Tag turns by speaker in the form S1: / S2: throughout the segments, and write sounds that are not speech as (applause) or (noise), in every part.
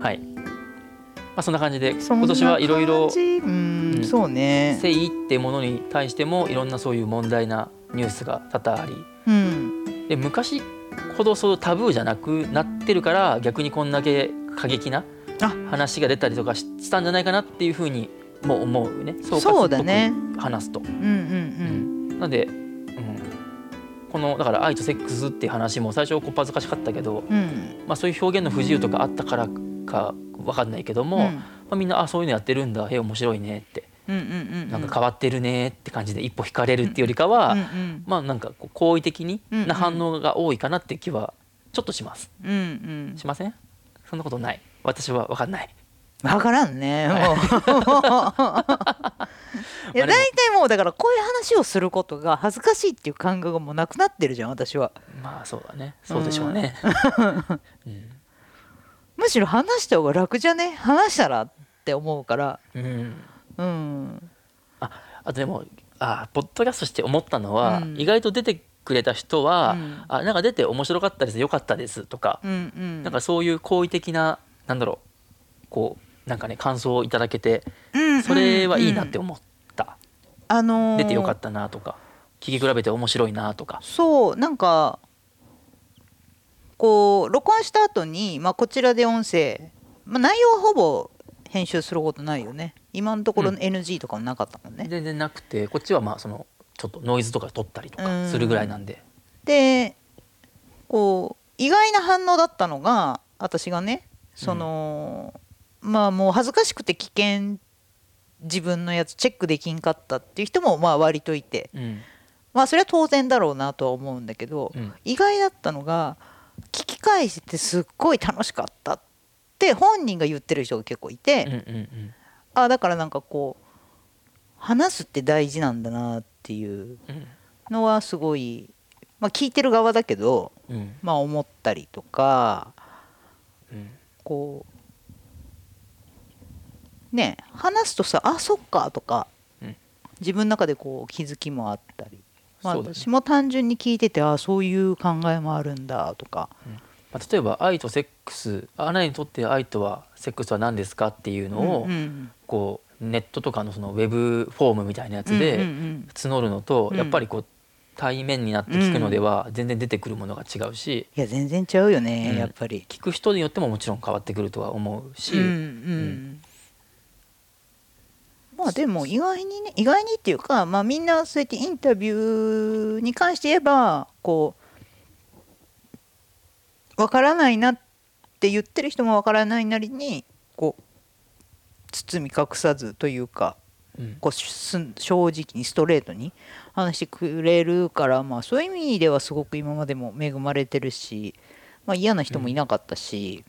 S1: はいまあ、そんな感じで
S2: そんな
S1: 今年はいろいろ
S2: 感じうん、
S1: うん
S2: そうね
S1: 誠意ってものに対してもいろんなそういう問題なニュースが多々あり
S2: うん
S1: で昔ほどそうタブーじゃなくなってるから逆にこんだけ過激な
S2: あ
S1: 話が出たりとかししたんじゃないかなっていうふうにも思うね総括っぽく
S2: そうだね
S1: 話すと。
S2: うんうんうん
S1: なんで、うん、このだから愛とセックスっていう話も最初こっぱずかしかったけど、
S2: うん
S1: まあ、そういう表現の不自由とかあったからかわかんないけども、
S2: うん
S1: まあ、みんなあそういうのやってるんだへえ面白いねって
S2: うんうんうん
S1: なんか変わってるねって感じで一歩引かれるっていうよりかは、
S2: うんうん
S1: まあなんかこう好意的に
S2: うんうん
S1: な反応が多いかなって気はちょっとします。
S2: うんうん
S1: しませんそんなことない私は分かんない
S2: 分からんねもういや大体もうだからこういう話をすることが恥ずかしいっていう感覚がもうなくなってるじゃん私は
S1: まあそうだねそうでしょうね、
S2: むしろ話した方が楽じゃね話したらって思うから
S1: うん
S2: うん
S1: ああとでもあポッドキャストして思ったのは、
S2: うん
S1: 意外と出てくれた人は、
S2: うん
S1: あなんか出て面白かったですよかったですとか、
S2: うんうん
S1: なんかそういう好意的ななんだろうこうなんかね感想をいただけて
S2: うんうんうん
S1: それはいいなって思った、
S2: あのー
S1: 出てよかったなとか聞き比べて面白いなとか
S2: そうなんかこう録音した後にまあ、こちらで音声、まあ、内容はほぼ編集することないよね今のところ
S1: うん
S2: NG とかもなかったもんね、
S1: 全然なくてこっちはまあそのちょっとノイズとか取ったりとかするぐらいなんで、
S2: でこう意外な反応だったのが私がねその、まあもう恥ずかしくて危険自分のやつチェックできんかったっていう人もまあ割といて
S1: うん
S2: まあそれは当然だろうなとは思うんだけど、
S1: うん
S2: 意外だったのが聞き返してすっごい楽しかったって本人が言ってる人が結構いて、
S1: うんうんうん
S2: あだからなんかこう話すって大事なんだなっていう
S1: うん
S2: のはすごい、まあ、聞いてる側だけど、
S1: うん
S2: まあ、思ったりとか
S1: うん
S2: こうねえ話すとさ「あそっか」とか、
S1: うん
S2: 自分の中でこう気づきもあったり、まあ、
S1: そうだね
S2: 私も単純に聞いてて「あそういう考えもあるんだ」とか。
S1: まあ、例えば愛とセックスあなたにとって愛とはセックスは何ですかっていうのを、
S2: うんうん
S1: こうネットとかのそのウェブフォームみたいなやつ
S2: うんう
S1: で
S2: ん
S1: 募るのと、
S2: うん
S1: やっぱりこう対面になって聞くのでは全然出てくるものが違うし、
S2: いや全然ちゃうよね、
S1: うん
S2: やっぱり。
S1: 聞く人によってももちろん変わってくるとは思うし、
S2: うんうんまあでも意外にね意外にっていうか、まあ、みんなそうやってインタビューに関して言えばこうわからないなって言ってる人もわからないなりにこう包み隠さずというか
S1: うん
S2: こうすん正直にストレートに話してくれるから、まあ、そういう意味ではすごく今までも恵まれてるし、まあ、嫌な人もいなかったし、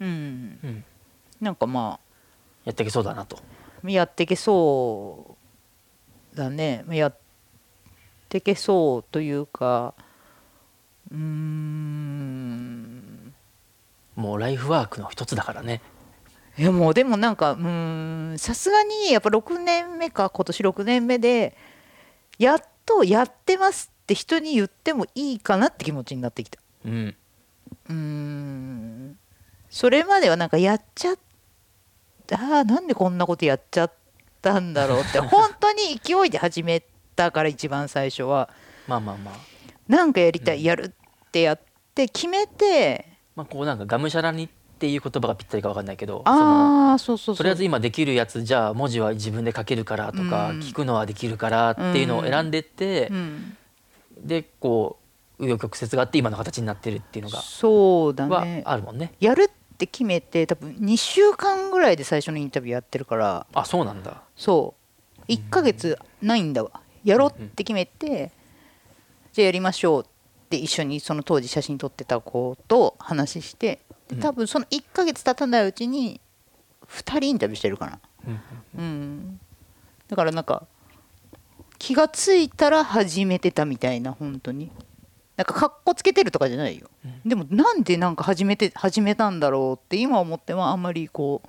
S2: うん
S1: うん
S2: なんかま
S1: やっていけそうだなと。
S2: あやっていけそうだねまあやっていけそうというかうーん
S1: もうライフワークの一つだからね。
S2: いやもうでもなんかうーんさすがにやっぱ6年目か今年6年目でやっとやってますって人に言ってもいいかなって気持ちになってきた
S1: うん。
S2: うーんそれまではなんかやっちゃったあーなんでこんなことやっちゃったんだろうって本当に勢いで始めたから一番最初は
S1: まあまあまあ。
S2: なんかやりた
S1: うん
S2: いやるってやって決めて
S1: まあこうなんかがむしゃらにっていう言葉がぴったりかわかんないけど、その
S2: ああそうそ
S1: と
S2: うそ
S1: りあえず
S2: う
S1: 今できるやつじゃあ文字は自分で書けるからとか、
S2: うん
S1: 聞くのはできるからっていうのを選んでって
S2: う、ん
S1: でこう紆余曲折があって今の形になってるっていうのが、
S2: そうだ
S1: は
S2: ね
S1: あるもんね。
S2: やるって決めて多分2週間ぐらいで最初のインタビューやってるから
S1: あそうなんだ。
S2: そう1ヶ月ないんだわやろうって決めてじゃあやりましょうって一緒にその当時写真撮ってた子と話してで
S1: うん
S2: 多分その1ヶ月経たないうちに2人インタビューしてるかな
S1: うん
S2: うんだからなんか気がついたら始めてたみたいな本当になんかかっこつけてるとかじゃないよ、でもなんでなんか始めて始めたんだろうって今思ってはあんまりこう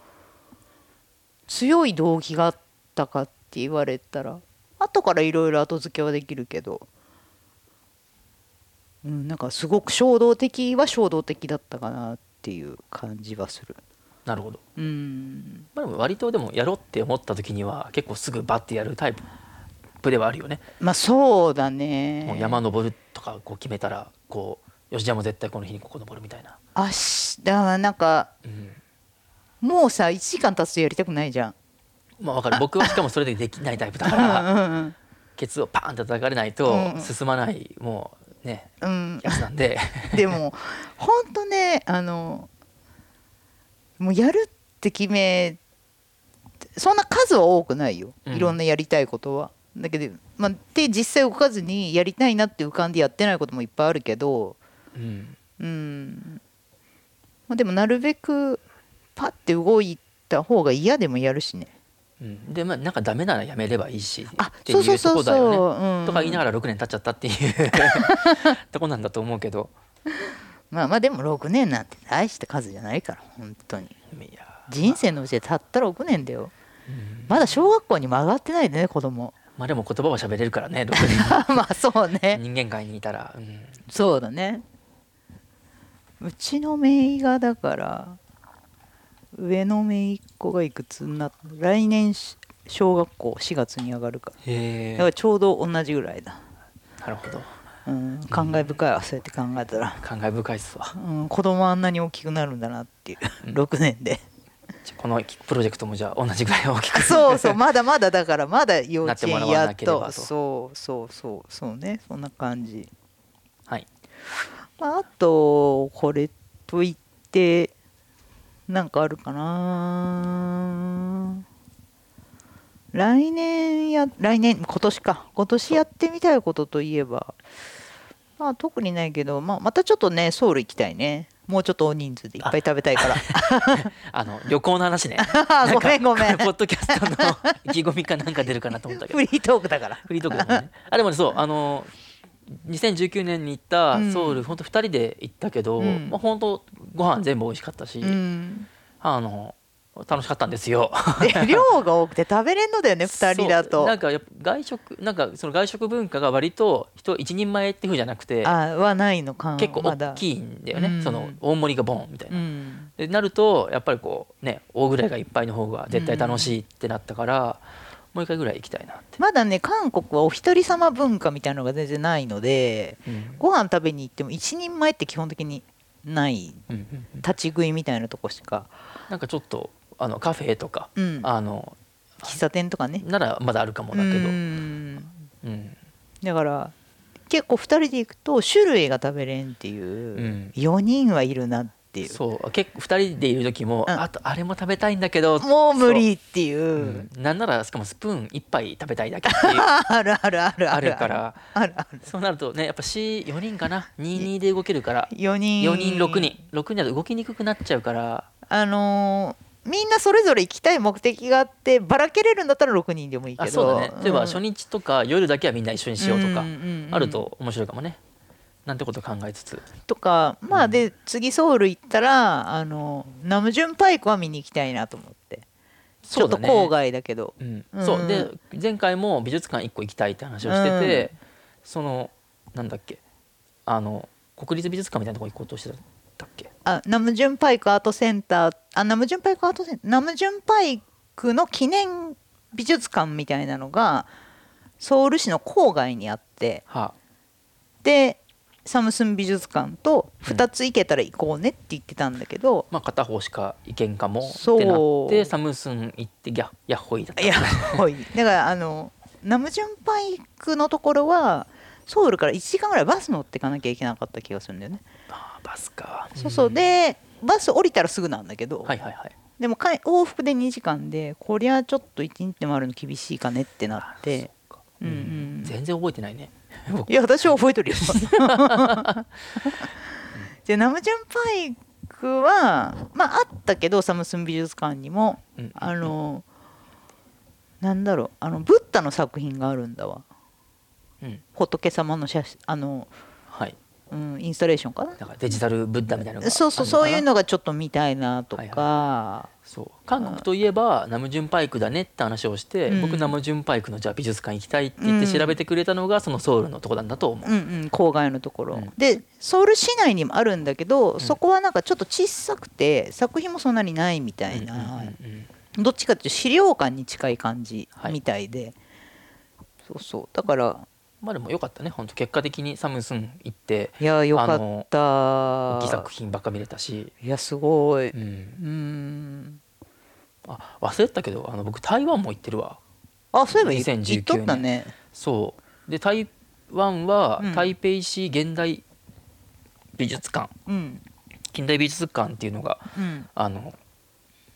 S2: 強い動機があったかって言われたら後からいろいろ後付けはできるけど、うん、なんかすごく衝動的は衝動的だったかなっていう感じはする
S1: なるほど、
S2: うん
S1: まあ、でも割とでもやろうって思った時には結構すぐバッてやるタイプではあるよね、
S2: まあそうだ
S1: もう
S2: ね
S1: 山登るとかこう決めたらこうよしじゃあもう絶対この日にここ登るみたいな、
S2: あしだからなんか
S1: うん、
S2: もうさ1時間経つとやりたくないじゃん
S1: まあわかる僕はしかもそれでできないタイプだか
S2: う
S1: ら
S2: ん
S1: ケツをパーンって叩かれない
S2: うん
S1: と
S2: うん
S1: 進まないもうね
S2: うんうん
S1: やつなん
S2: (laughs)
S1: で
S2: でも本当ねあのもうやるって決めそんな数は多くないよ
S1: うん
S2: いろんなやりたいことは。だけど、まあ、で実際動かずにやりたいなって浮かんでやってないこともいっぱいあるけど
S1: うん
S2: うん、まあ、でもなるべくパッて動いた方が嫌でもやるしね。
S1: うんでまあなんかダメならやめればいいし
S2: あ
S1: ってい
S2: そううそ
S1: と
S2: うそ
S1: こ
S2: う
S1: だよね
S2: そう、うん、
S1: とか言いながら6年経っちゃったっていう
S2: (laughs)
S1: とこなんだと思うけど
S2: まあまあでも6年なんて大した数じゃないから本当に
S1: いや
S2: 人生のうちでたった6年だよまだ小学校にも上がってないでね子供 (laughs)
S1: まあでも言葉は喋れるからね六
S2: まあそう
S1: 年
S2: ね
S1: 人間界にいたら、うん
S2: そうだねうちの姪がだから上の姪っ子がいくつになった来年し小学校4月に上がるから
S1: へ
S2: だか
S1: え
S2: らちょうど同じぐらいだ
S1: なるほど
S2: うん感慨深いわそうやって考えたら、
S1: 感慨深いっすわ
S2: うん、子供あんなに大きくなるんだなっていう
S1: うん
S2: 6年で
S1: じゃあこのプロジェクトもじゃあ同じぐらい大きく
S2: そう
S1: (laughs)
S2: そうまだまだだからまだ幼稚
S1: なって
S2: 園
S1: もらわ
S2: や
S1: な
S2: っ
S1: ければ
S2: と
S1: と
S2: そうそうそうそうねそんな感じ、
S1: はい
S2: まあ、あとこれといってなんかあるかな来年や来年今年か今年やってみたいことといえばまあ特にないけど、まあ、またちょっとねソウル行きたいねもうちょっと大人数でいっぱい食べたいから
S1: あの旅行の話
S2: (laughs)
S1: ね
S2: ごめんごめ
S1: なんか (laughs) これポッドキャストの意気込みかなんか出るかなと思
S2: (laughs)
S1: ったけど
S2: フリートークだから
S1: フリートークだもんねあでもねそうあの2019年に行った
S2: うん
S1: ソウル、ほんと2人で行ったけど、
S2: うん
S1: まあ、ほんとご飯全部美味しかったし、
S2: うん
S1: あの楽しかったんですよ。 (laughs)
S2: で量が多くて食べれんのだよね2人だ
S1: そう
S2: と
S1: なんかやっぱ外食なんかその外食文化が割と人一人前っていう風じゃなくて
S2: あはないのか
S1: 結構
S2: まだ
S1: 大きいんだよね、
S2: うん
S1: その大盛りがボンみたいうな。
S2: ん
S1: でなるとやっぱりこうね大ぐらいがいっぱいの方が絶対楽しいってなったから、もう一回ぐらい行きたいなって。
S2: まだね韓国はお一人様文化みたいなのが全然ないので
S1: うん
S2: ご飯食べに行っても一人前って基本的にない
S1: うんうんうん
S2: 立ち食いみたいなとこしか、
S1: なんかちょっとあのカフェとか、
S2: うん、
S1: あの
S2: 喫茶店とかね
S1: ならまだあるかもだけど、
S2: う
S1: うん
S2: んだから結構2人で行くと種類が食べれんっていう、4人はいるなっていう
S1: そう結構2人でいる時も、
S2: うん
S1: あとあれも食べたいんだけど
S2: もう無理っていう、
S1: そう、うんなんならしかもスプーン1杯食べたいだけっていう
S2: あるあるある
S1: あ
S2: ある
S1: るから
S2: あるある
S1: (laughs) そうなるとねやっぱ C4 人かな22で動けるから
S2: 4人
S1: 4人6人6人だと動きにくくなっちゃうから
S2: あのーみんなそれぞれ行きたい目的があってばらけれるんだったら6人でもいいけど
S1: あそうだね例えば初
S2: に
S1: 日とか夜だけはみんな一緒にしようとか、あると面白いかもねなんてこと考えつつ
S2: とかま
S1: う
S2: あ
S1: ん
S2: で次ソウル行ったらあのナムジュンパイクは見に行きたいなと思って、ち
S1: そ
S2: ょ
S1: う
S2: っと
S1: だね
S2: 郊外だけど
S1: うん
S2: うん
S1: そうで前回も美術館1個行きたいって話をしてて、そのなんだっけあの国立美術館みたいなとこ行こうとしてたっけ
S2: あナムジュンパイクアートセンターあナムジュンパイクアートセンターナムジュンパイクの記念美術館みたいなのがソウル市の郊外にあって
S1: は
S2: でサムスン美術館と2つ行けたら行こうねって言ってたんだけど、
S1: まあ片方しか行けんかも
S2: そう
S1: ってなってサムスン行ってギャヤッホイだった
S2: いや多いだからあのナムジュンパイクのところはソウルから1時間ぐらいバス乗っていかなきゃいけなかった気がするんだよね、
S1: あーバスか
S2: そうそうんでバス降りたらすぐなんだけど、
S1: はいはいはい
S2: でもかい往復で2時間でこりゃちょっと1日もあるの厳しいかねってなって
S1: そっか
S2: うんうん
S1: 全然覚えてないね (laughs) 僕
S2: いや私は覚えてる (laughs) よでナムジュンパイクはまああったけどサムスン美術館にも
S1: うんうん
S2: あのなんだろうあのブッダの作品があるんだわ
S1: うん
S2: 仏様の写真あの
S1: はい
S2: うん、インスタレーションかな
S1: なんかデジタルブッダみたいなのが
S2: そうそう
S1: あるの
S2: そう
S1: かな
S2: いうのがちょっと見たいなとか、
S1: はいそう韓国といえばナムジュンパイクだねって話をして、
S2: うん
S1: 僕ナムジュンパイクのじゃあ美術館行きたいって言って
S2: うん
S1: 調べてくれたのがそのソウルのとこなんだと思う、
S2: うんうん、郊外のところ、
S1: うん
S2: でソウル市内にもあるんだけど、そこはなんかちょっと小さくて作品もそんなにないみた
S1: う
S2: い
S1: んうん
S2: な、
S1: うんうん
S2: どっちかっていうと資料館に近い感じ
S1: はい
S2: みたいで、そうそうだから
S1: まあでもよかったね本当結果的にサムスン行って
S2: いやよか
S1: あの大きい
S2: った
S1: 作品ばっか見れたし、、
S2: いやすごいううんーん
S1: あ忘れてたけどあの僕台湾も行ってるわ
S2: あそういえばい
S1: 2019
S2: 行っとったね
S1: そうで台湾は
S2: うん
S1: 台北市現代美術館、
S2: うん
S1: 近代美術館っていうのが
S2: うん
S1: あの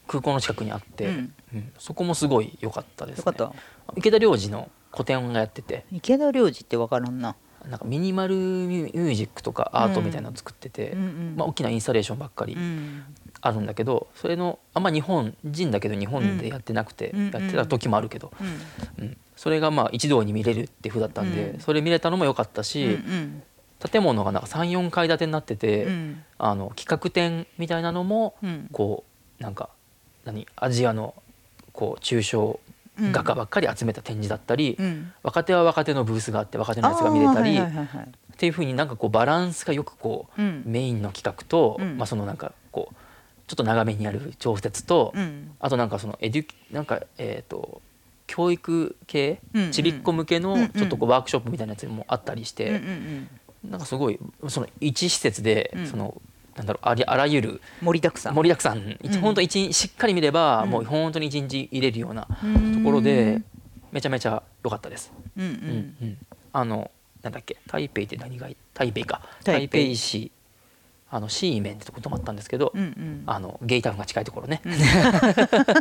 S1: 空港の近くにあって、
S2: うん
S1: うんそこもすごい良かったです、ね、
S2: よかった
S1: 池田良二の個展がやってて
S2: 池田良二ってわからんな
S1: なんかミニマルミュージックとかアートみたいなの作ってて、
S2: うんうん
S1: まあ、大きなインスタレーションばっかり
S2: うん
S1: あるんだけどそれのあんま日本人だけど日本でやってなくて、
S2: うん
S1: やってた時もあるけど、
S2: うん
S1: うんそれがまあ一堂に見れるっていう風だったんで、
S2: うん
S1: それ見れたのも良かった
S2: う
S1: し、
S2: ん
S1: 建物がなんか34階建てになってて、
S2: うん
S1: あの企画展みたいなのも
S2: うん
S1: こうなんか何アジアのこう中小
S2: うん
S1: 画家ばっかり集めた展示だったり、
S2: うん
S1: 若手は若手のブースがあって若手のやつが見れたり、
S2: あーはいはいはいはい
S1: っていう風になんかこうバランスがよくこう、
S2: うん
S1: メインの企画と、
S2: うん
S1: まあ、そのなんかこうちょっと長めにやる調節と、
S2: うん
S1: あとなんかそのエデュなんかえっ、と教育系、
S2: うんうん
S1: ちびっこ向け
S2: うんう
S1: の
S2: ん
S1: ちょっとこうワークショップみたいなやつもあったりし
S2: うんうんう
S1: て、
S2: ん
S1: なんかすごいその一施設で、
S2: うん
S1: そのなんだろうありあらゆる
S2: 盛りだくさん
S1: 盛りだくさん、一
S2: うん
S1: 本当一日しっかり見れば、
S2: うん
S1: もう本当に一日入れるようなと
S2: うん
S1: ころでめちゃめちゃ良かったです。
S2: うんう
S1: うん
S2: ん
S1: うんあのなんだっけ台北って何がい台北か
S2: 台
S1: 台
S2: 北
S1: 北市あのシーメンってとこ泊まったんですけど、
S2: うんうんま
S1: あのゲイタウンが近いところね、
S2: あ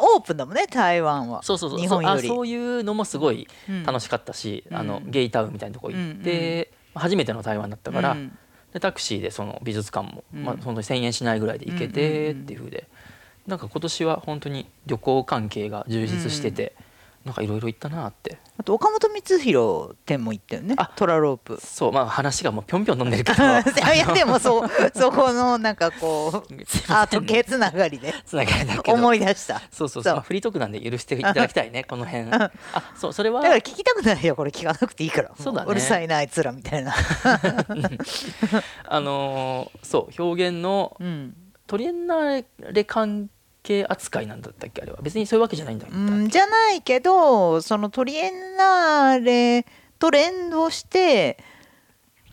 S2: オープンだもんね台湾
S1: (laughs)
S2: は
S1: そうそうそう
S2: 日本より
S1: そうあそういうのもすごい
S2: うん
S1: 楽しかったし、
S2: うん
S1: あのゲイタウンみたいなとこ行って、初めての台湾だったから、
S2: うん
S1: でタクシーでその美術館も、
S2: うん
S1: まあ、本当に1,000円しないぐらいで行けて
S2: うんうんうん
S1: っていうふうでなんか今年は本当に旅行関係が充実してて、なんかいろいろ行ったなって
S2: あと岡本光弘店も行ったよね
S1: あ
S2: トラロープ
S1: そうまあ話がもうぴょんぴょん飛んでるけど
S2: (laughs) いやで
S1: (laughs)
S2: もそうそこのなんかこう
S1: すい
S2: ア
S1: ま
S2: ー
S1: せん
S2: ト系つながりで
S1: つながり (laughs) だけど
S2: 思い出した
S1: そうそうそう
S2: そう
S1: まあフリートークなんで許していただきたいねこの
S2: (laughs)
S1: 辺あそうそれは
S2: だから聞きたくないよこれ聞かなくていいから
S1: そうだね
S2: もうるさいなあいつらみ
S1: (laughs)
S2: たいな
S1: あのーそう表現の
S2: うん
S1: トリエンナーレ関係扱いなんだったっけあれは別にそういうわけじゃないんだよ、
S2: うんじゃないけどそのトリエンナーレと連動して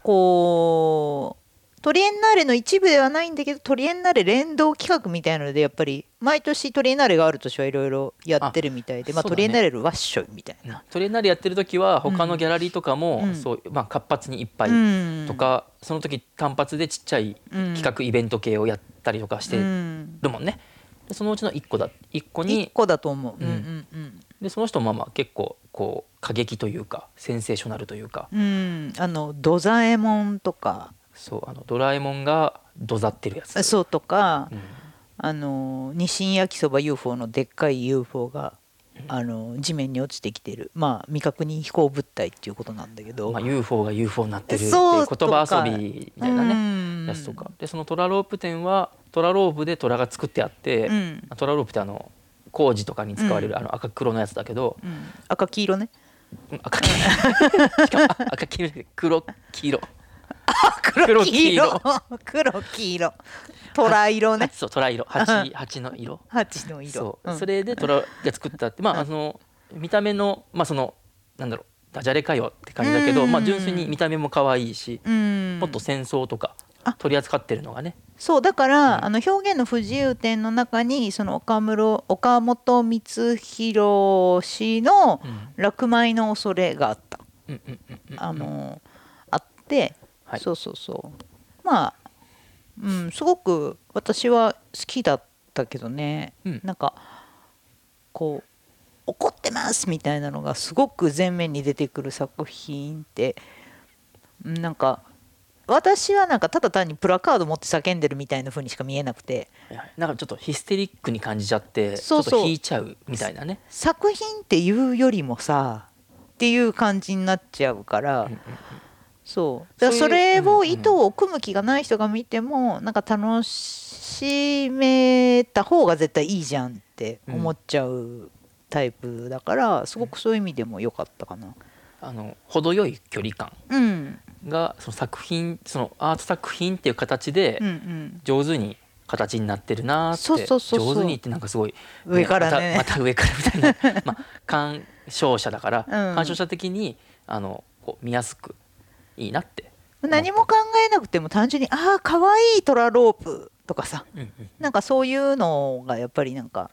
S2: こうトリエンナーレの一部ではないんだけどトリエンナーレ連動企画みたいなのでやっぱり毎年トリエンナーレがある年はいろいろやってるみたいでまあ、
S1: そう
S2: ト
S1: だね
S2: リエンナーレのワッショイみたいな。
S1: トリエンナーレやってる時は他のギャラリーとかも、
S2: うん
S1: そうまあ、活発にいっぱい
S2: うん
S1: とか、その時単発でちっちゃい企画イベント系をやったりとかして
S2: うん
S1: るもんね、でそのうちの1個だ一個
S2: 1
S1: に
S2: 個だと思う。
S1: う
S2: う
S1: ん
S2: んうん
S1: でその人もまあまあ結構こう過激というかセンセーショナルというか
S2: うんうんあの「ドザエモン」とか
S1: そうあのドラえもんがどざってるやつ、
S2: そうとか、
S1: うん
S2: あの日清焼きそば UFO のでっかい UFO があの地面に落ちてきてるまあ未確認飛行物体っていうことなんだけど、
S1: まあ、UFO が UFO になってるっていう言
S2: そう
S1: 葉遊びみたいなね
S2: ね
S1: やつとかでそのトラロープ展はトラロープでトラが作ってあって、
S2: うん
S1: トラロープってあの工事とかに使われる、
S2: うん
S1: あの赤黒のやつだけど、
S2: うん、赤黄
S1: (laughs)
S2: 色ね
S1: うん赤黄
S2: (laughs)
S1: 色しかもあ赤黄色じゃなくて黒黄色
S2: (laughs) 黒黄
S1: 黄
S2: 色
S1: 色
S2: 黒黄色トラ色ね
S1: (laughs) あそうトラ色蜂蜂の色
S2: 蜂の色
S1: そう、
S2: うん
S1: それでトラが作ったってまああの見た目のまあそのなんだろうダジャレかよって感じだけど、
S2: うん
S1: まあ、純粋に見た目も可愛いし、
S2: うん
S1: もっと戦争とか
S2: あ
S1: 取り扱ってるのがね
S2: そうだから、
S1: うん
S2: あの表現の不自由点の中にその岡室岡本光弘氏の
S1: うん
S2: 落米の恐れがあった。
S1: うんうんうんうん
S2: あのあって、
S1: はい
S2: そうそうそうまあ、うん、すごく私は好きだったけどね、
S1: うん
S2: なんかこう怒ってますみたいなのがすごく前面に出てくる作品ってうんなんか私はなんかただ単にプラカード持って叫んでるみたいな風にしか見えなくて
S1: はいはいなんかちょっとヒステリックに感じちゃって
S2: そうそう
S1: ちょっと引いちゃうみたいなね
S2: 作品っていうよりもさっていう感じになっちゃうから、
S1: うんうん
S2: そうだからそれ
S1: うんう
S2: を
S1: ん
S2: 意図を組む気がない人が見てもなんか楽しめた方が絶対いいじゃんって思っちゃうタイプだからすごくそういう意味でも良かったかな。
S1: あの程よい距離感
S2: うん、
S1: がその作品そのアート作品っていう形で
S2: うん、うん
S1: 上手に形になってるなーって、
S2: そうそうそうそう
S1: 上手にってなんかすごい、
S2: 上からね
S1: またまた上からみたいな (laughs) まあ鑑賞者だから、
S2: うん
S1: 鑑賞者的にあのこう見やすくいいなって、
S2: 何も考えなくても単純に「ああかわいいトラロープ」とかさ
S1: うんうん
S2: なんかそういうのがやっぱりなんか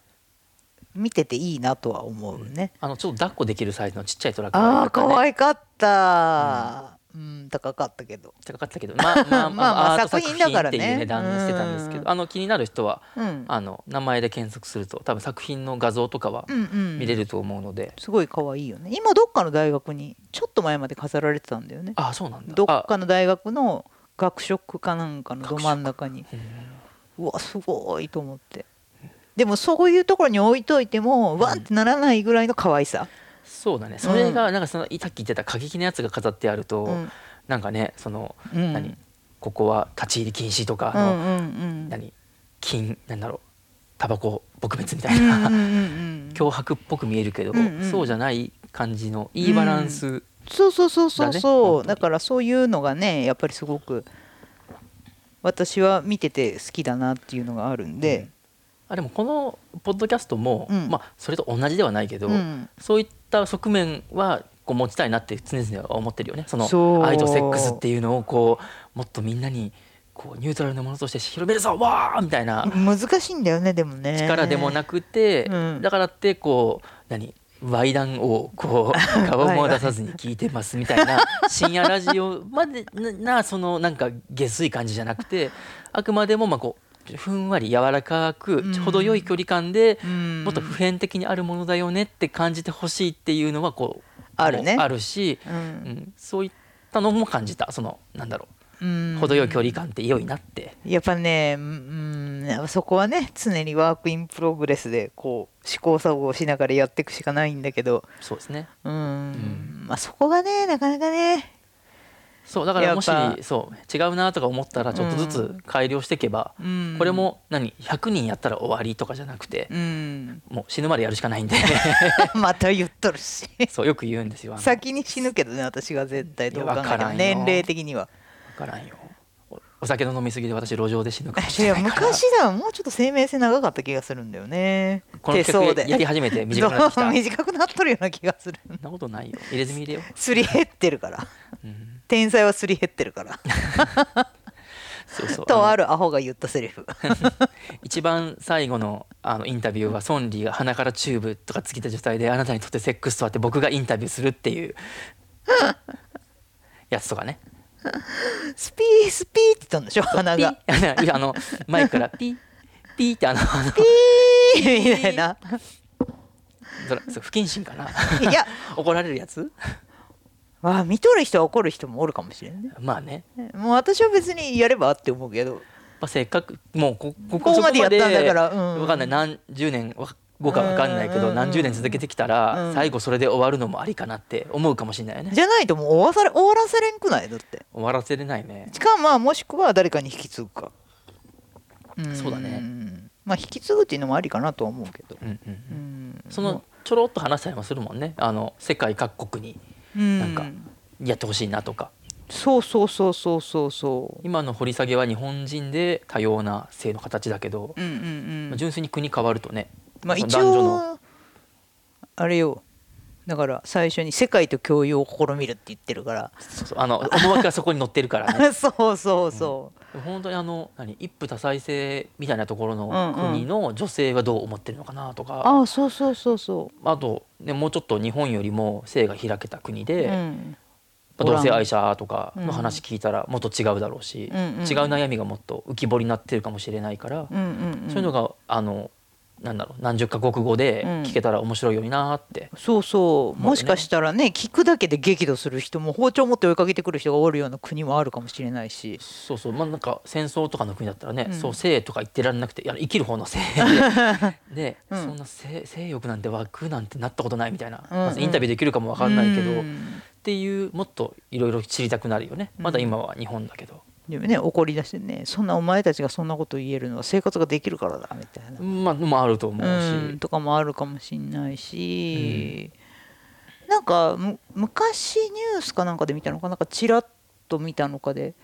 S2: 見てていいなとは思うね。
S1: あのちょっと抱っこできるサイズのちっちゃいトラック
S2: ああ可
S1: い
S2: 愛かった、うん、高かったけど。
S1: 高かったけどまあまあ
S2: (laughs) まあまあ
S1: まあアート
S2: 作品だからね
S1: 作品っていう値段をしてたんですけ
S2: うん
S1: どあの気になる人は
S2: うん、
S1: あの名前で検索すると多分作品の画像とかは
S2: うんうん、
S1: 見れると思うので、
S2: すごい可愛いよね今どっかの大学にちょっと前まで飾られてたんだよね
S1: ああそうなんだ
S2: どっ
S1: あ
S2: かの大学の学食かなんかのど真ん中に
S1: うん
S2: うわすごいと思ってでもそういうところに置いといてもわんってならないぐらいの可愛さ、
S1: そうだねそれがなんかそのさっき言ってた過激なやつが飾ってあると、
S2: うん
S1: なんかねその、
S2: うん
S1: 何ここは立ち入り禁止とか
S2: うんう
S1: あの、
S2: んうん
S1: 何禁なんだろうタバコ撲滅みた
S2: う
S1: い
S2: ん
S1: な、
S2: うんうんうん
S1: (laughs) 脅迫っぽく見えるけど、
S2: うんうん
S1: そうじゃない感じのいいバランス、
S2: そうそうそうそ
S1: だ
S2: うそう
S1: ね本当に
S2: だからそういうのがねやっぱりすごく私は見てて好きだなっていうのがあるんで、
S1: あでもこのポッドキャストも、
S2: うん
S1: まあ、それと同じではないけど、
S2: うん
S1: そういった側面はこう持ちたいなって常々思ってるよねその
S2: そう
S1: 愛とセックスっていうのをこうもっとみんなにこうニュートラルなものとして広めるぞわーみたいな
S2: 難しいんだよねでもね
S1: 力でもなくて、
S2: うん
S1: だからってこう何猥談をこう顔も出さずに聞いてますみたい
S2: (laughs)
S1: な深夜ラジオまでななそのなんか下水感じじゃなくてあくまでもまあこうふんわり柔らかく
S2: うん
S1: 程よい距離感で
S2: うん
S1: もっと普遍的にあるものだよねって感じてほしいっていうのはこう
S2: あるね
S1: あるし、
S2: う
S1: うんん、そういったのも感じたそのなんだろ
S2: うん
S1: う程よい距離感って良いなって、
S2: やっぱねうんうんそこはね常にワークインプログレスでこう試行錯誤しながらやっていくしかないんだけど
S1: そうですね
S2: うん、
S1: ん
S2: まあ、そこがねなかなかね
S1: そうだからもし
S2: やっぱ
S1: そう違うなとか思ったらちょっとずつ改良していけば、
S2: うん
S1: これも何100人やったら終わりとかじゃなくて
S2: う、ん (laughs)
S1: もう死ぬまでやるしかないんで
S2: また言っと
S1: (laughs)
S2: るし
S1: そうよく言うんですよあの
S2: 先に死ぬけどね私が絶対どう考
S1: いやわ
S2: えて
S1: から
S2: も
S1: んよ
S2: 年齢的には
S1: 分からんよおお酒の飲みすぎで私路上で死ぬかもし
S2: い
S1: れ
S2: や
S1: ないから
S2: 昔だもうちょっと生命性長かった気がするんだよね
S1: この
S2: 手相
S1: 曲
S2: で
S1: やり始めて短くなってき
S2: (laughs)
S1: たそ
S2: 短くなっとるような気がする
S1: んなことないよ入れ墨入れよ
S2: すり減ってるから
S1: う、うん、
S2: 天才はすり減ってるから
S1: そうそう
S2: と
S1: あ
S2: あ
S1: の
S2: るアホが言ったセリフ
S1: 一番最後のあのインタビューはソンリーが鼻からチューブとかつけた状態であなたにとってセックスとはって僕がインタビューするって
S2: (laughs)
S1: いうやつとかね
S2: スピースピーって言ったんでしょ鼻
S1: ピ
S2: が
S1: ッいやあ
S2: (laughs)
S1: のマイクからピッピッってあのあの
S2: ピーみたいな
S1: それそう不謹慎かな
S2: いや
S1: (laughs) 怒られるやつ
S2: わあ見とる人は怒る人もおるかもしれんね
S1: まあね、
S2: もう私は別にやればって思うけど
S1: まあ、せっかくもうここ
S2: ここまでやったんだからうん
S1: 分かんない何十年わ後か分かんないけ
S2: うんうん
S1: ど
S2: うん
S1: 何十年続けてきた
S2: う
S1: ら
S2: ん
S1: 最後それで終わるのもありかなって思うかもしれないよね
S2: じゃないともう終わされ終わらせれんくないだって
S1: 終わらせれないね
S2: しかもまあもしくは誰かに引き継ぐかん
S1: そうだね
S2: まあ引き継ぐっていうのもありかなとは思うけど
S1: うんうんう
S2: うんん
S1: そのちょろっと話したりもするもんねあの世界各国に
S2: うん
S1: なんかやってほしいなとか
S2: そうそうそうそうそうそ
S1: 今の掘り下げは日本人で多様な性の形だけど
S2: ううんうんう
S1: まあ
S2: ん
S1: 純粋に国変わるとね
S2: まあ
S1: その
S2: 一
S1: 男女の
S2: 応あれよだから最初に世界と共有を試みるって言ってるから
S1: そうそうあの思惑がそこに乗ってるから
S2: (laughs)
S1: ね
S2: そうそうそ
S1: 本当にあの何一夫多妻制みたいなところ
S2: うん
S1: の
S2: うん
S1: 国の女性はどう思ってるのかなと
S2: う、
S1: か、
S2: ああそうそうそうそ
S1: あと、ね、もうちょっと日本よりも性が開けた国
S2: う、
S1: で、
S2: う
S1: ま
S2: ん、
S1: あ同性愛者とか
S2: うん
S1: の話聞いたらもっと違うだろうし、
S2: うんうんうん
S1: 違う悩みがもっと浮き彫りになってるかもしれないから、
S2: うんうんうん
S1: そういうのがあのなんだろう何十カ国語で聞けたら面白いようになーって、
S2: そうそ
S1: もう
S2: う
S1: ね
S2: もしかしたらね聞くだけで激怒する人も包丁持って追いかけてくる人がおるような国もあるかもしれな
S1: (laughs)
S2: いし
S1: そうそうまあなんか戦争とかの国だったらね、
S2: うん
S1: そう性とか言ってられなくていや生きる方の性
S2: (laughs)
S1: でで、
S2: うん
S1: そんな性性欲なんて湧くなんてなったことないみたいな、
S2: うんうん
S1: まずインタビューできるかもわ
S2: 分
S1: かんないけど、
S2: う
S1: っ
S2: ん、
S1: っていうもっといろいろ知りたくなるよねまだ今は日本だけど、
S2: でもね怒り出してねそんなお前たちがそんなこと言えるのは生活ができるからだみたいな、
S1: まあもあると思うし、
S2: うん、とかもあるかもしんないし、なんかむ昔ニュースかなんかで見たのかなんかちらっと見たのかで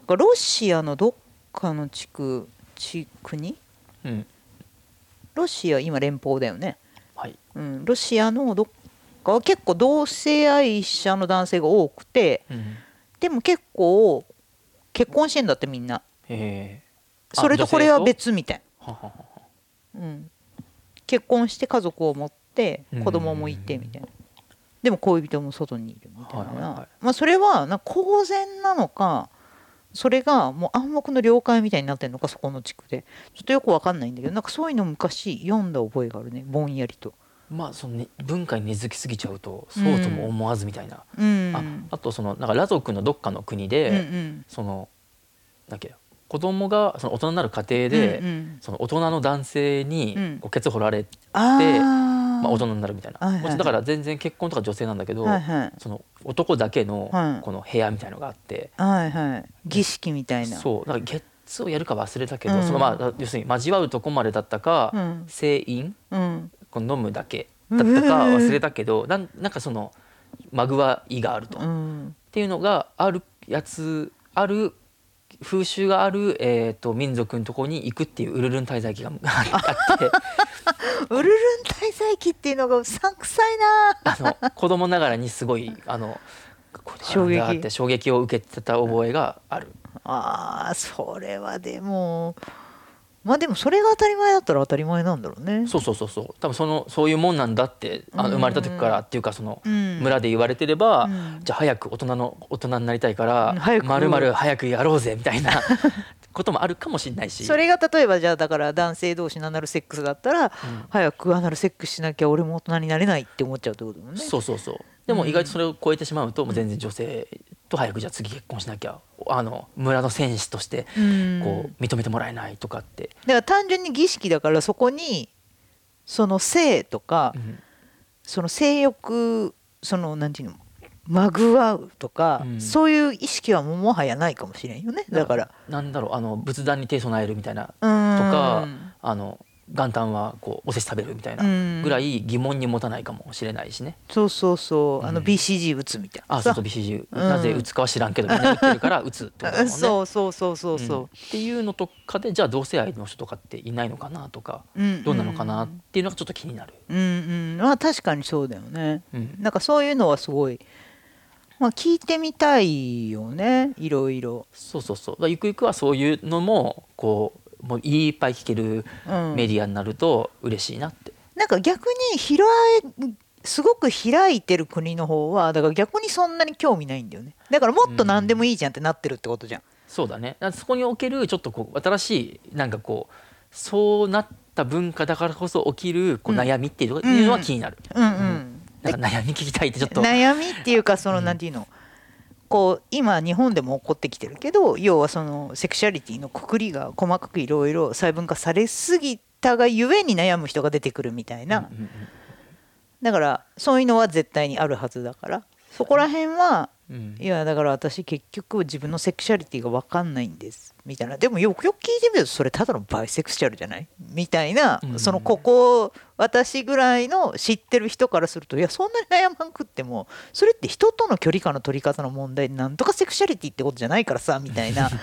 S2: なんかロシアのどっかの地区地国
S1: うん
S2: ロシア今連邦だよね、
S1: はい
S2: うん、ロシアのどっかは結構同性愛者の男性が多くて
S1: うん
S2: でも結構結婚してんだってみんな
S1: えあ
S2: それとこれは
S1: 女性と
S2: 別みたいな。
S1: ーはははは
S2: うん、結婚して家族を持って
S1: うん
S2: 子供もいてみたいな、でも恋人も外にいるみたい
S1: は
S2: な、
S1: いはいはい
S2: まあ、それはなんか公然なのかそれがもう暗黙の了解みたいになってるのかそこの地区でちょっとよくわかんないんだけどなんかそういうの昔読んだ覚えがあるねぼんやりと。
S1: まあそのね文化に根付きすぎちゃうとそうとも思わずみたいな、
S2: うん
S1: ああとそのなんかラ族のどっかの国で、
S2: うんうん
S1: そのなんだっけ子供がその大人になる過程で、
S2: うんうん
S1: その大人の男性に
S2: うん
S1: こうケツ掘られて、
S2: あー
S1: まあ、大人になるみたいな、
S2: はいはいは
S1: もち
S2: い
S1: ろんだから全然結婚とか女性なんだけど、
S2: はいはい
S1: その男だけ
S2: は
S1: の
S2: い
S1: この部屋みたいのがあって、
S2: はいはい儀式みたいな
S1: そうなんかゲッツをやるか忘れたけど、
S2: うん
S1: そのまあ要するに交わるとこまでだったか、
S2: うん
S1: 聖飲
S2: うん
S1: この飲むだけだったか忘れたけど、なんなんかそのマグワイがあると、
S2: う
S1: っ
S2: ん
S1: ていうのがあるやつある風習がある、えー、と民族のところに行くっていうウルルン滞在期があって
S2: ウルルン滞在期っていうのがうさんくさいな
S1: あ
S2: (laughs)
S1: の子供ながらにすごいあのこういうことがあるんだって衝撃を受けてた覚えがある。
S2: ああそれはでもまあでもそれが当たり前だったら当たり前なんだろうね。
S1: そうそうそうそう多分そのそういうもんなんだってあの
S2: うん
S1: 生まれた時からっていうかその
S2: うん
S1: 村で言われてれば、
S2: うん
S1: じゃあ早く大人の大人になりたいか
S2: うん
S1: ら
S2: 早く
S1: まるまる早くやろうぜみたいなこともあるかもしれない
S2: (laughs)
S1: し
S2: それが例えばじゃあだから男性同士のアナルセックスだったら、早くアナルセックスしなきゃ俺も大人になれないって思っちゃうってことだもんね。
S1: そうそうそうでも意外とそれを超えてしまうともう全然女性と早くじゃあ次結婚しなきゃあの村の戦士として
S2: うん
S1: こう認めてもらえないとかって、
S2: だから単純に儀式だからそこにその性とか、
S1: うん
S2: その性欲そのなんていうのまぐわうとか、
S1: うん
S2: そういう意識はももはやないかもしれんよねだから。
S1: なんだろうあの仏壇に手備えるみたいな
S2: と
S1: とかあの元旦はこうおせち食べるみたいな
S2: うん
S1: ぐらい疑問に持たないかもしれないしね。
S2: そうそうそう、あの
S1: うん
S2: BCG 打つみたいな
S1: あ
S2: さ
S1: そうそう BCG、
S2: うん
S1: なぜ打つかは知らんけどみんな打ってる
S2: (laughs)
S1: から打つってことだもんね。
S2: そうそうそうそう
S1: うん
S2: そ
S1: っていうのとかでじゃあ同性愛の人とかっていないのかなとか、
S2: う、うん
S1: どうなのかなっていうのがちょっと気になる。
S2: うんうんまあ確かにそうだよね
S1: うん
S2: なんかそういうのはすごいまあ聞いてみたいよねいろいろ、
S1: そうそうそうだからゆくゆくはそういうのもこうもういっぱい聞ける
S2: うん、
S1: メディアになると嬉しいなって。
S2: なんか逆に広いすごく開いてる国の方はだから逆にそんなに興味ないんだよねだからもっと何でもいいじゃんってなってるってことじゃん、
S1: そうだねだからそこにおけるちょっとこう新しいなんかこうそうなった文化だからこそ起きるこう
S2: うん
S1: 悩みっていうの
S2: うん
S1: いうのは気になる、
S2: うんうん
S1: なんか悩み聞きたいってちょっと、
S2: 悩みっていうかその
S1: うん
S2: 何ていうの、こう今日本でも起こってきてるけど要はそのセクシャリティのくくりが細かくいろいろ細分化されすぎたがゆえに悩む人が出てくるみたいな、
S1: うんうんうん
S2: だからそういうのは絶対にあるはずだからそこら辺は、
S1: うん
S2: いやだから私結局自分のセクシャリティが分かんないんですみたいなでもよくよく聞いてみるとそれただのバイセクシャルじゃないみたいな、
S1: うん
S2: そのここ私ぐらいの知ってる人からするといやそんなに悩まんくってもそれって人との距離感の取り方の問題でなんとかセクシャリティってことじゃないからさみた
S1: (laughs)
S2: いな
S1: うん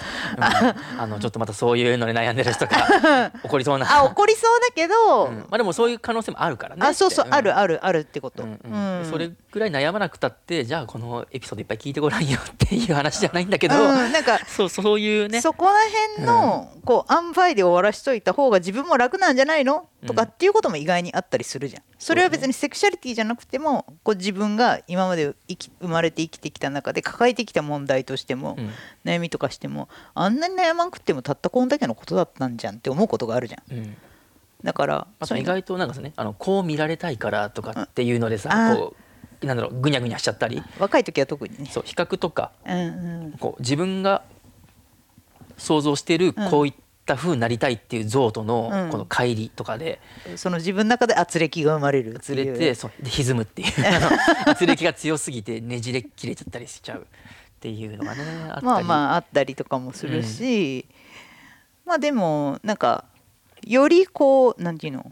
S1: あのちょっとまたそういうのに悩んでる人
S2: (laughs)
S1: が起こりそうな
S2: あ怒りそうだけど、
S1: うんまあでもそういう可能性もあるからね
S2: あそうそう、ある
S1: る
S2: あるあるってこと、
S1: うんうん
S2: うん
S1: それぐらい悩まなくたってじゃあこのエピソードいっぱい聞いてごらんよっていう話じゃないんだけど、
S2: うんなんか
S1: (laughs) そうそういうね
S2: そこら辺の、こう塩梅で終わらしといた方が自分も楽なんじゃないのとか
S1: うん
S2: っていうことも意外にあったりするじゃんそれは別にセクシャリティじゃなくてもこう自分が今まで生き生まれて生きてきた中で抱えてきた問題としても、
S1: うん
S2: 悩みとかしてもあんなに悩まんくってもたったこんだけのことだったんじゃんって思うことがあるじゃん
S1: うん
S2: だから
S1: あと
S2: そうい
S1: 意
S2: うの
S1: 外となんかさねあのこう見られたいからとかっていうので
S2: うん
S1: さ
S2: あー
S1: こうなんだろうぐにゃぐにゃしちゃったり
S2: 若い時は特にね
S1: そう比較とか
S2: うんうん
S1: こう自分が想像してるこういっった風になりたいっていう像と
S2: う
S1: の
S2: ん
S1: この乖離とかで
S2: その自分の中で圧力が生まれるって
S1: 釣
S2: い
S1: れ
S2: う
S1: てそうで歪むって
S2: (laughs)
S1: いうあの圧力が強すぎてねじれ切れちゃったりしちゃうっていうのがねあったり
S2: まあまああったりとかもするし、まあでもなんかよりこうなんていうの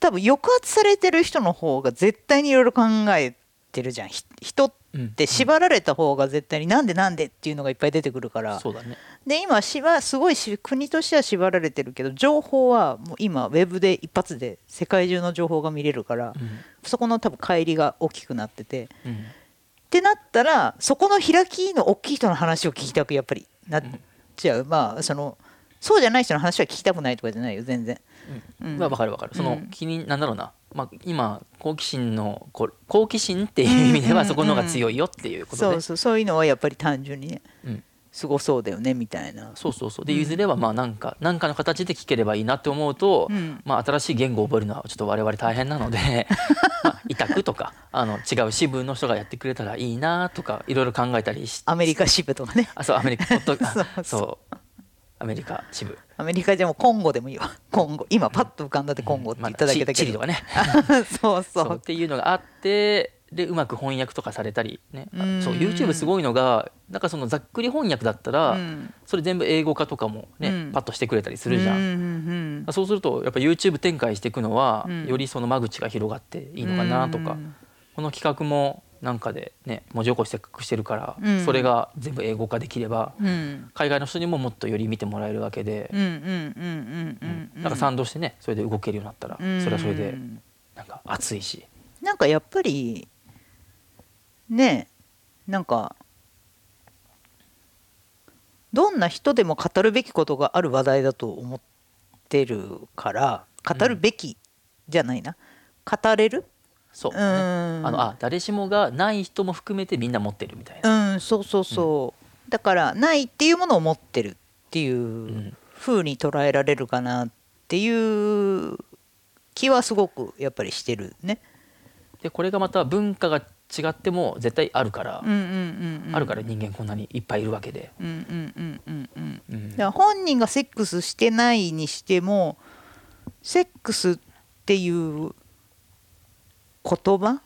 S2: 多分抑圧されてる人の方が絶対にいろいろ考えてるじゃんひ人っ
S1: うん
S2: て縛られた方が絶対になんでなんでっていうのがいっぱい出てくるか
S1: う
S2: ら
S1: ん、そうだね
S2: で今しばすごいし国としては縛られてるけど情報はもう今ウェブで一発で世界中の情報が見れるから、
S1: う
S2: そこの多分乖離が大きくなってて。
S1: んうん
S2: ってなったらそこの開きの大きい人の話を聞きたくやっぱりなっちゃう、まあそのそうじゃない人の話は聞きたくないとかじゃないよ全然
S1: う、
S2: うんん
S1: まあわかるわかるその、
S2: うん
S1: 気になんだろうな、まあ、今好奇心のこう好奇心っていう意味で
S2: う
S1: は
S2: ん
S1: そこの方が強いよっていうこと
S2: そ
S1: で、
S2: うそうそういうのはやっぱり単純にね
S1: うん
S2: すごそうだよねみたいな
S1: そうそうそうでいずれはまあなんか何かの形で聞ければいいなって思うと、
S2: うん
S1: まあ、新しい言語を覚えるのはちょっと我々大変なので、
S2: (laughs)
S1: まあ、委託とかあの違う支部の人がやってくれたらいいなとかいろいろ考えたりし
S2: アメリカ支部とかね
S1: あそうアメリカポッド
S2: (laughs) そうそ
S1: あ
S2: う
S1: そうアメリカ支部
S2: アメリカじゃもうコンゴでもいいわコンゴ今パッと浮かんだってコンゴって言っただけだけど、
S1: まあチチリとかね
S2: (laughs) そうそ
S1: そうっ
S2: う
S1: ていうのがあってでうまく翻訳とかされたりねあ
S2: うん
S1: そう YouTube すごいのがなんかそのざっくり翻訳だったら、
S2: うん
S1: それ全部英語化とかもね、
S2: うん
S1: パッとしてくれたりするじゃん、
S2: うんうん
S1: そうするとやっぱ YouTube 展開していくのは、
S2: うん
S1: よりその間口が広がってい
S2: い
S1: いのかなとか、この企画もなんかでね文字起こしせっかくしてるから、
S2: うん
S1: それが全部英語化できれば
S2: うんうん
S1: 海外の人にももっとより見てもらえるわけで
S2: うんう、んうん
S1: うん
S2: うんうん
S1: なんか賛同してねそれで動けるようになったら、
S2: うん
S1: それはそれでなんか熱いし。
S2: なんかやっぱりねえなんかどんな人でも語るべきことがある話題だと思ってるから語るべきじゃないな、語れる
S1: そう、
S2: うん
S1: あのあ誰しもがない人も含めてみんな持ってるみたいな、
S2: うんそうそうそう、だからないっていうものを持ってるっていう風に捉えられるかなっていう気はすごくやっぱりしてるね。
S1: でこれがまた文化が違っても絶対あるから、
S2: うんうんうんうん、
S1: あるから人間こんなにいっぱいいるわけで、
S2: うんうんうんうんうん
S1: うん
S2: だから本人がセックスしてないにしてもセックスっていう言葉、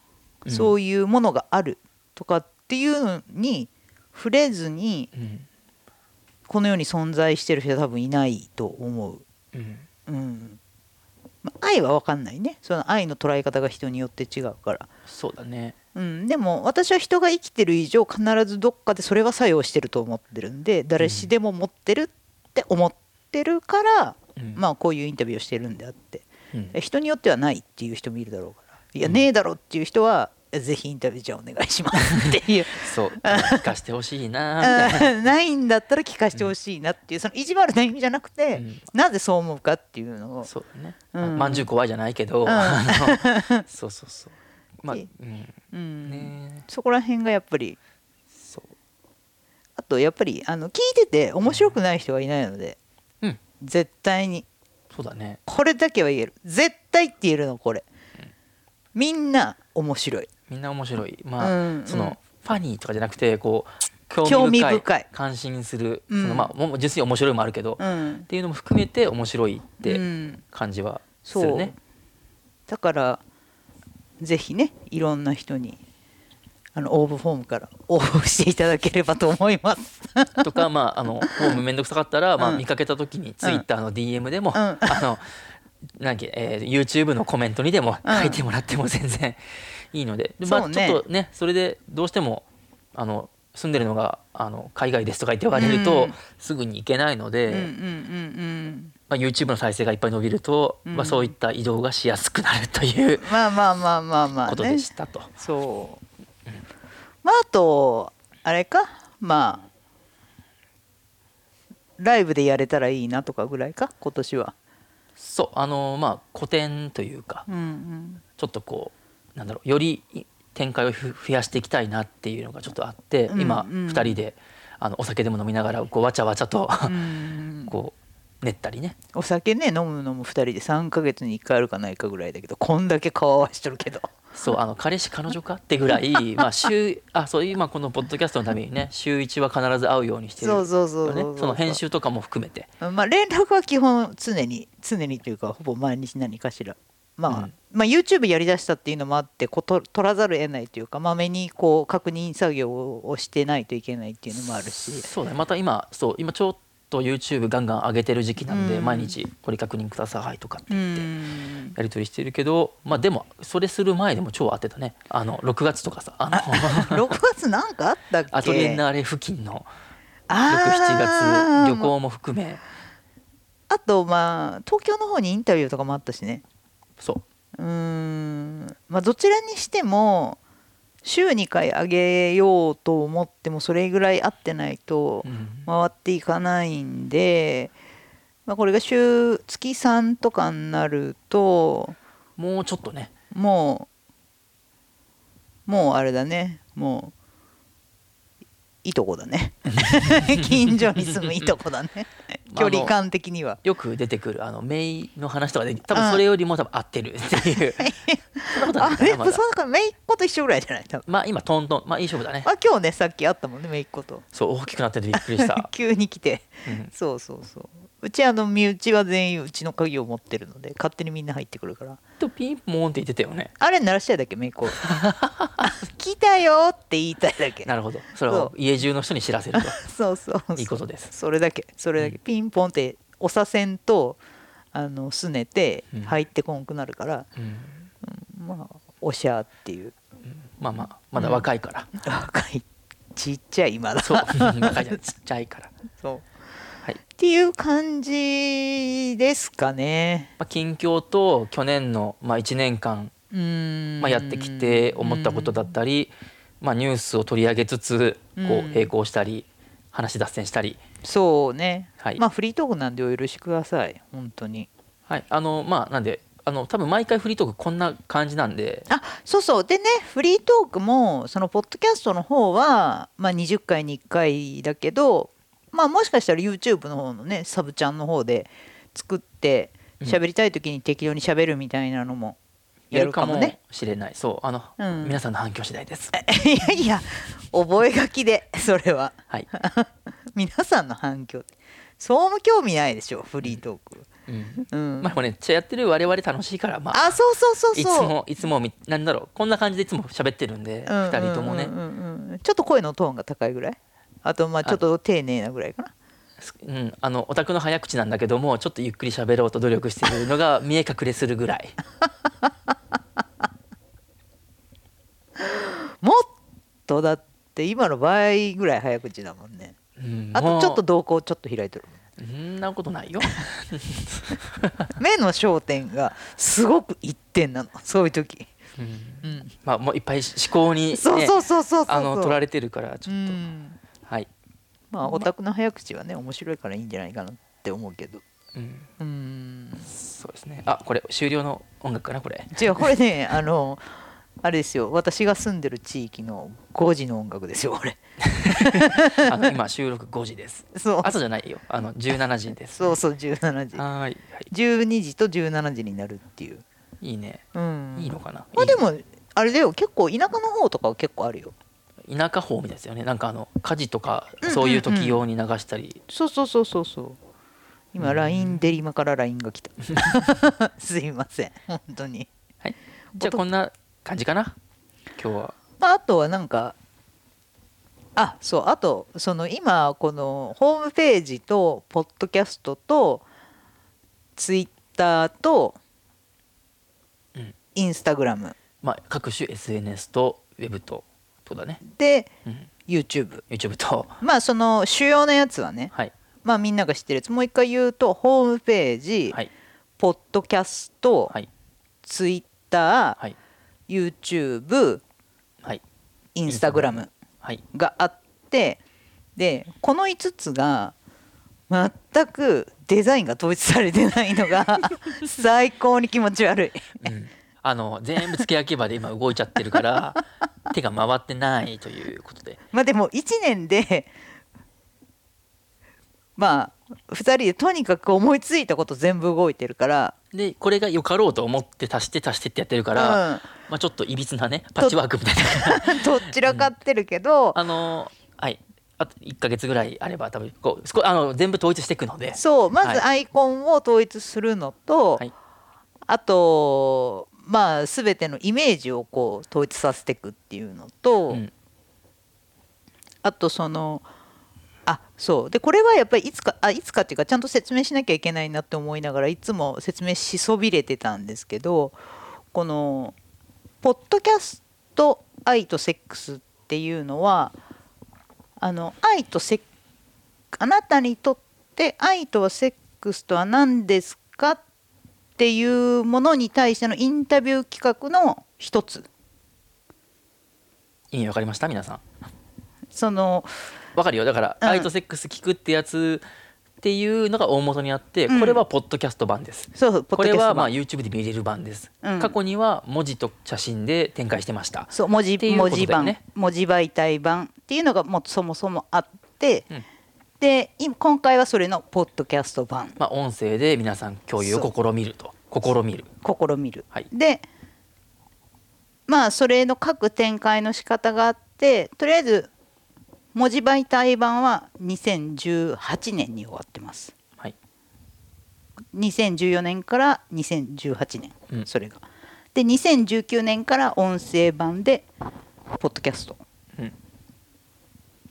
S1: うん
S2: そういうものがあるとかっていうのに触れずに
S1: うん
S2: この世に存在してる人は多分いないと思う。
S1: うん
S2: うんまあ愛は分かんないねその愛の捉え方が人によって違うから、
S1: そうだね
S2: うん、でも私は人が生きてる以上必ずどっかでそれは作用してると思ってるんで誰しでも持ってるって思ってるから、
S1: うん
S2: まあこういうインタビューをしてるんであって
S1: うん
S2: 人によってはないっていう人もいるだろうからいや
S1: うん
S2: ねえだろっていう人はぜひインタビューじゃあお願いしますっていう (laughs)
S1: そう聞かしてほしいなみ (laughs) たいな
S2: うん (laughs) ないんだったら聞かせてほしいなっていうその意地悪な意味じゃなくて、
S1: うん
S2: なぜそう思うかっていうのを
S1: そうだね、
S2: うん
S1: まんじゅう怖いじゃないけど、
S2: ん
S1: あ
S2: (laughs)
S1: のそうそうそうまあ、うん、
S2: うん
S1: ね
S2: そこら辺がやっぱり
S1: そう
S2: あとやっぱりあの聞いてて面白くない人はいないので、
S1: うん
S2: 絶対に
S1: そうだね
S2: これだけは言える絶対って言えるのこれ、みんな面白い
S1: みんな面白いまあ、
S2: うん
S1: そうの
S2: ん
S1: ファニーとかじゃなくてこう興
S2: 興
S1: 味深
S2: 味
S1: い
S2: 深い
S1: 感心する、
S2: うん
S1: そのまあもう純粋に面白いもあるけど、
S2: う
S1: っ
S2: ん
S1: ていうのも含めて面白いっ
S2: う
S1: て
S2: ん
S1: 感じはす
S2: そう
S1: るね、
S2: だからぜひねいろんな人にあの応募フォームから応募していただければと思います。
S1: とかまああのもう面倒くさかったら、まあ、
S2: うん
S1: 見かけた時にツイッターの DM でも、
S2: うん
S1: あのなんだっけ、えー YouTube のコメントにでも
S2: うん
S1: 書いてもらっても全然いいので、でま
S2: そ
S1: あ
S2: うね
S1: ちょっとねそれでどうしてもあの住んでるのがあの海外ですとか言って言われると、
S2: うん
S1: すぐに行けないので、
S2: うんうんうん
S1: まあ、YouTube の再生がいっぱい伸びると、
S2: うん
S1: まあ、そういった移動がしやすくなるという
S2: うん、まあまあまあまあまあ、ね、
S1: ことでしたと。
S2: そう。まああとあれかまあライブでやれたらいいなとかぐらいか今年は。
S1: そうあのまあ古典というか
S2: うんうん
S1: ちょっとこうなんだろうより展開をふ増やしていきたいなっていうのがちょっとあって、
S2: うん
S1: 今
S2: うん
S1: 2人であのお酒でも飲みながらこうわちゃわちゃと、
S2: うんうん、
S1: こう練ったりね
S2: お酒ね飲むのも2人で3ヶ月に1回あるかないかぐらいだけどこんだけ顔合わしとるけど
S1: そうあの彼氏彼女かってぐら
S2: (laughs)
S1: いまあ週あそう今このポッドキャストのためにね週1は必ず会うようにしてる
S2: そうそうそう
S1: よね
S2: そう
S1: その編集とかも含めて
S2: まあ連絡は基本常に常にというかほぼ毎日何かしらまあ、
S1: うん
S2: まあ YouTube やりだしたっていうのもあってこと取らざるを得ないというかまめにこう確認作業をしてないといけないっていうのもあるし
S1: そうねまた今そう今ちょっと YouTube ガンガン上げてる時期なんで、
S2: うん
S1: 毎日「ごり確認ください」とかって言って
S2: ん
S1: やり取りしてるけどまあでもそれする前でも超合ってたねあの6月とかさあの
S2: 6月なんかあったっけ
S1: (laughs) アトリエンナーレ付近の翌
S2: あ
S1: 7月
S2: ー
S1: 旅行も含め
S2: あとまあ東京の方にインタビューとかもあったしね
S1: そう
S2: うーんまあどちらにしても週2回あげようと思ってもそれぐらい合ってないと
S1: うん
S2: 回っていかないんで、まあ、これが週月3とかになると
S1: もうちょっとね
S2: もうもうあれだねもういいとこ
S1: (laughs)
S2: だね近所に住むいいとこだね距離感的には。
S1: よく出てくるあのメイの話とかで多分それよりも多分合ってるっていう
S2: (laughs)
S1: そんなことない
S2: あ
S1: か
S2: れ
S1: なま
S2: そ
S1: だ
S2: うだから姪っ子と一緒ぐらいじゃない多分
S1: まあ今トントンまあいい勝負だね
S2: あ今日ねさっきあったもんね姪っ子と
S1: そう大きくなっててびっくりした
S2: (laughs) 急に来て (laughs)
S1: うん
S2: そうそうそううちあの身内は全員うちの鍵を持ってるので勝手にみんな入ってくるから
S1: とピンポーンって言ってたよね
S2: あれ鳴らしたいだけ姪
S1: (laughs)
S2: っ子来たよって言いたいだけ
S1: なるほどそれを
S2: そ
S1: 家中の人に知らせると
S2: (laughs) そうそうそう
S1: いいことです
S2: それだけそれだけ、
S1: うん
S2: ピンポンって押させんとあのすねて
S1: うん
S2: 入ってこんくなるから、
S1: うん
S2: まあおしゃーっていう
S1: まあまあまだ若いから
S2: 若いちっちゃい今だ (laughs)
S1: そう若いじゃんちっちゃいから
S2: そうっ
S1: はい
S2: ていう感じですかね
S1: まあ近況と去年のまあ1年間
S2: うーん
S1: まあやってきて思ったことだったりまあニュースを取り上げつつこ
S2: う
S1: うん並行したり話脱線したり
S2: そうね、
S1: はい
S2: まあフリートークなんでお許しください本当に
S1: はい、あのまあなんであの多分毎回フリートークこんな感じなんで
S2: あそうそうでねフリートークもそのポッドキャストの方は、まあ、20回に1回だけど、まあ、もしかしたら YouTube の方のねサブちゃんの方で作って
S1: うん
S2: 喋りたい時に適当に喋るみたいなのもや
S1: や
S2: る
S1: る
S2: か
S1: か
S2: も
S1: も
S2: ね。
S1: しれないそうあの、
S2: うん
S1: 皆さんの反響次第です
S2: (laughs) いやいや覚書きでそれは
S1: はい、
S2: 皆さんの反響そうも興味ないでしょフリートーク。 (laughs)
S1: うん、
S2: うん
S1: まあでもねやってる我々楽しいからまあ
S2: あそうそうそう
S1: いつ
S2: そう。
S1: もいつもみなんだろうこんな感じでいつも喋ってるんで、
S2: うんうんうんうん
S1: 2人ともね、
S2: ちょっと声のトーンが高いぐらいあとまあちょっと丁寧なぐらいかな
S1: うん、あのお宅の早口なんだけどもちょっとゆっくり喋ろうと努力してるの
S2: (laughs)
S1: が見え隠れするぐらい
S2: もっとだって今の倍ぐらい早口だもんね
S1: うん
S2: あ
S1: も
S2: と
S1: う
S2: ちょっと瞳孔ちょっと開いてる
S1: (laughs) そんなことないよ
S2: 目の焦点がすごく一点なのそういう時、うん
S1: まあもういっぱい思考に、ね、
S2: (laughs) そうそうそうそうそう
S1: あの取られ
S2: れ
S1: てるからちょっと、はい、
S2: まあオタクの早口はね面白いからいいんじゃないかなって思うけど
S1: うん、
S2: うん
S1: そうですね。あ、これ終了の音楽かなこ
S2: (laughs)
S1: れ。
S2: 違うこれねあのあれですよ私が住んでる地域の5時の音楽ですよこれ
S1: あの今収録5時です。
S2: そう
S1: 朝じゃないよ。あの17時です。
S2: そうそう17時
S1: はーい。は
S2: 12時と17時になるっていう、
S1: い。いいね。
S2: うん
S1: いいのかな。
S2: まあ
S1: いい
S2: でもあれだよ結構田舎の方とかは結構あるよ
S1: 田舎方みたいですよね。なんかあの家事とか
S2: うんうん
S1: そういう時用に流したり。
S2: そうそうそうそうそう今 LINE デリマから LINE が
S1: (laughs)
S2: 来たすいません本当に
S1: はい。じゃあこんな感じかな。今日は。
S2: まああとはなんかあそうあとその今このホームページとポッドキャストとツイッターと
S1: うん
S2: インスタグラム
S1: まあ各種 SNS とウェブととだね。
S2: で
S1: うん。
S2: YouTube
S1: YouTube と
S2: まあその主要なやつはね
S1: はい
S2: まあみんなが知ってるやつもう一回言うとホームページ、
S1: はい
S2: ポッドキャスト、
S1: はい
S2: ツイッター、
S1: はい
S2: YouTube
S1: はい
S2: インスタグラム
S1: はい。
S2: があってでこの5つが全くデザインが統一されてないのが最高に気持ち悪い
S1: うん。あの全部付け焼けばで今動いちゃってるから
S2: (laughs)
S1: 手が回ってないということで。
S2: まあでも1年でまあ2人でとにかく思いついたこと全部動いてるから
S1: でこれがよかろうと思って足して足してってやってるから、
S2: うん
S1: まあ、ちょっといびつなねパッチワークみたいな
S2: どっちらかってるけど、
S1: あのはいあと1か月ぐらいあれば多分こうすこあの全部統一していくので
S2: そうま
S1: はい
S2: ずアイコンを統一するのと、
S1: はい
S2: あとまあ全てのイメージをこう統一させていくっていうのと、
S1: うん
S2: あとそのあそうでこれはやっぱりいつかあいつかっていうかちゃんと説明しなきゃいけないなって思いながらいつも説明しそびれてたんですけどこの「ポッドキャスト愛とセックス」っていうのはあの愛とセッあなたにとって愛とはセックスとは何ですかっていうものに対してのインタビュー企画の一つ
S1: 意味わかりました皆さん
S2: その
S1: わかるよだから、
S2: うん
S1: 愛とセックス聞くってやつっていうのが大元にあって
S2: うん
S1: これはポッドキャスト版です、
S2: そうポッ
S1: こ
S2: ドキャ
S1: れ
S2: スト
S1: はまあ
S2: 版
S1: YouTube で見れる版です、
S2: うん
S1: 過去には文字と写真で展開してました
S2: そう文
S1: っ
S2: 字
S1: ていうこ
S2: 文
S1: とだ
S2: 字
S1: よ
S2: 版、
S1: ね
S2: 文字媒体版っていうのがもうそもそもあって、
S1: うん
S2: で今今回はそれのポッドキャスト版
S1: まあ、音声で皆さん共有を試みると試みる
S2: 試みる、
S1: はい
S2: でまあそれの各展開の仕方があってとりあえず文字媒体版は2018年に終わってます
S1: はい
S2: 2014年から2018年、
S1: うん
S2: それがで2019年から音声版でポッドキャスト
S1: うん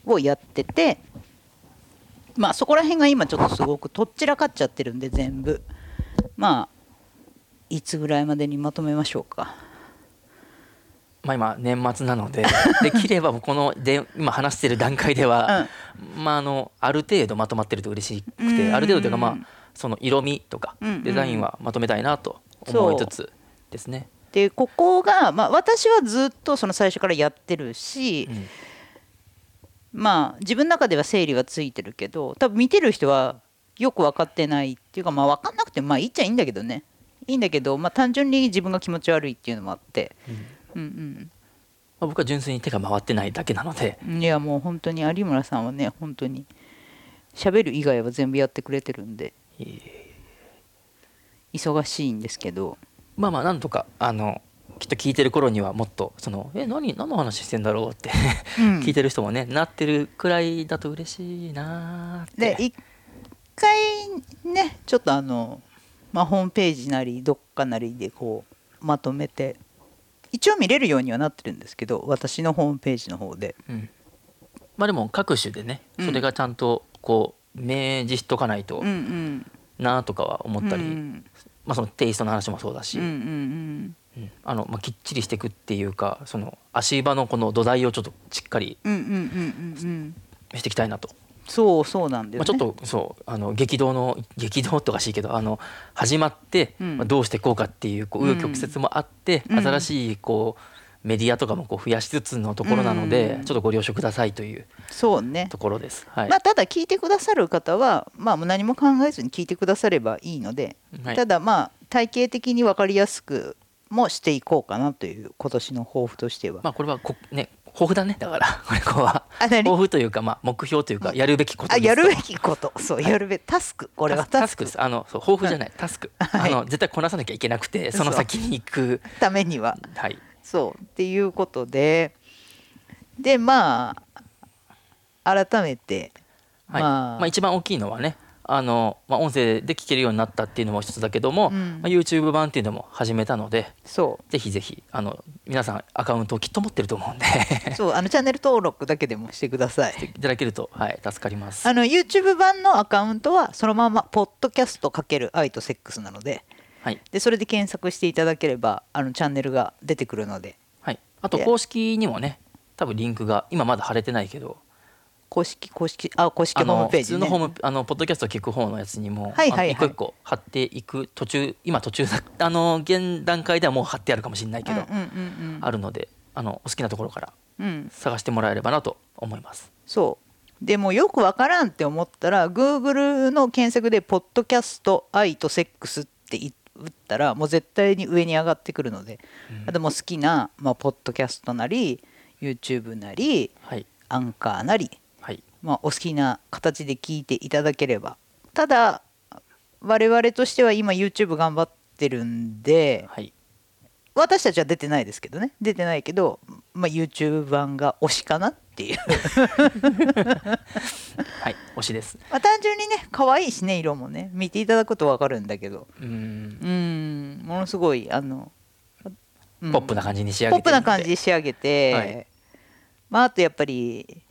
S2: をやっててまあそこら辺が今ちょっとすごくとっちらかっちゃってるんで全部まあいつぐらいまでにまとめましょうか
S1: まあ今年末なの
S2: (laughs)
S1: でできればもうこので今話してる段階では、まああのある程度まとまってると嬉しく
S2: うん
S1: てある程度というかまあその色味とか
S2: うん
S1: デザインはまとめたいなと思いつつですね。
S2: でここが、まあ、私はずっとその最初からやってるし、
S1: うん
S2: まあ自分の中では整理はついてるけど多分見てる人はよく分かってないっていうかまあ分かんなくてもまあいいっちゃいいんだけどねいいんだけど、まあ、単純に自分が気持ち悪いっていうのもあって、うんうん
S1: まあ、僕は純粋に手が回ってないだけなので
S2: いやもう本当に有村さんはね本当に喋る以外は全部やってくれてるんで
S1: いえい
S2: 忙しいんですけど
S1: まあまあなんとかあのきっと聞いてる頃にはもっとその「え何何の話してんだろう?」って
S2: う
S1: (laughs)
S2: ん
S1: 聞いてる人もねなってるくらいだと嬉しいなーって
S2: で一回ねちょっとあの、まあ、ホームページなりどっかなりでこうまとめて一応見れるようにはなってるんですけど私のホームページの方で
S1: うん、まあでも各種でね
S2: うん
S1: それがちゃんとこう明示しとかないと
S2: うんうん
S1: なあとかは思ったり、
S2: うん
S1: まあ、そのテイストの話もそうだし、
S2: うんうんうん
S1: うんあのまあ、きっちりしていくっていうかその足場のこの土台をちょっとしっかり
S2: うんうんうんうんうん
S1: していきたいなと、
S2: そうそうなんだ
S1: ま
S2: よ
S1: あ、
S2: ね
S1: ちょっとそうあの激動の激動とかしいけどあの始まって、
S2: うん
S1: まあ、どうしていこうかっていうこう紆余曲折もあって、
S2: うん
S1: 新しいこうメディアとかもこう増やしつつのところなので、
S2: うん
S1: ちょっとご了承くださいという
S2: そうね
S1: ところです。はい
S2: まあ、ただ聞いてくださる方は、まあ、もう何も考えずに聞いてくださればいいので、
S1: はい
S2: ただまあ体系的に分かりやすくもしていこうかなという今年の抱負としては、
S1: まあこれはこね抱負だねだから (laughs) これこうは
S2: あ何
S1: 抱負というかまあ目標というかやるべきこと
S2: あ
S1: ですと
S2: やるべきことそうやるべきタスクこれは
S1: タスタスクですあのそう抱負じゃないタスク
S2: は
S1: あ
S2: い
S1: の絶対こなさなきゃいけなくてその先に行く
S2: ためには
S1: はい
S2: そうっていうことででまあ改めて、
S1: はい
S2: ま
S1: ま
S2: あ、
S1: あ一番大きいのはねあのまあ音声で聞けるようになったっていうのも一つだけども
S2: うん
S1: まあ YouTube 版っていうのも始めたので
S2: そ
S1: ぜひぜひあの皆さんアカウントをきっと持ってると思うんで (laughs)
S2: う (laughs) そうあのチャンネル登録だけでもしてください。
S1: いただけるとはい助かります
S2: あの YouTube 版のアカウントはそのまま「ポッドキャスト×愛とセックス」なので
S1: はい
S2: でそれで検索していただければあのチャンネルが出てくるので
S1: はいあと
S2: で
S1: 公式にもね多分リンクが今まだ貼れてないけど
S2: 公式公式あ公式
S1: あ
S2: ホー
S1: の
S2: ムペー
S1: 普
S2: ジ、ね、
S1: 通のホームあのポッドキャストを聞く方のやつにも、
S2: はいはいは
S1: あ
S2: い
S1: の一個一個貼っていく途中今途中だあの現段階ではもう貼ってあるかもしれないけど、
S2: うんうん
S1: あるのであのお好きなところから
S2: うん、うん、
S1: 探してもらえればなと思います。
S2: そうでもよくわからんって思ったら Google の検索で「ポッドキャスト愛とセックス」ってい打ったらもう絶対に上に上がってくるので、あともう好きな、まあ、ポッドキャストなり YouTube なり
S1: はい
S2: アンカーなり
S1: はい
S2: まあ、お好きな形で聞いていただければただ我々としては今 YouTube 頑張ってるんで
S1: はい
S2: 私たちは出てないですけどね出てないけど、まあ、YouTube 版が推しかなっていう (laughs)
S1: はい推しです
S2: まあ単純にね可愛いしね色もね見ていただくと分かるんだけど
S1: うーん
S2: うんものすごいあの、うん
S1: ポップな感じに仕上げ
S2: ポ
S1: てる
S2: ップな感じに仕上げて、
S1: はい
S2: まああとやっぱり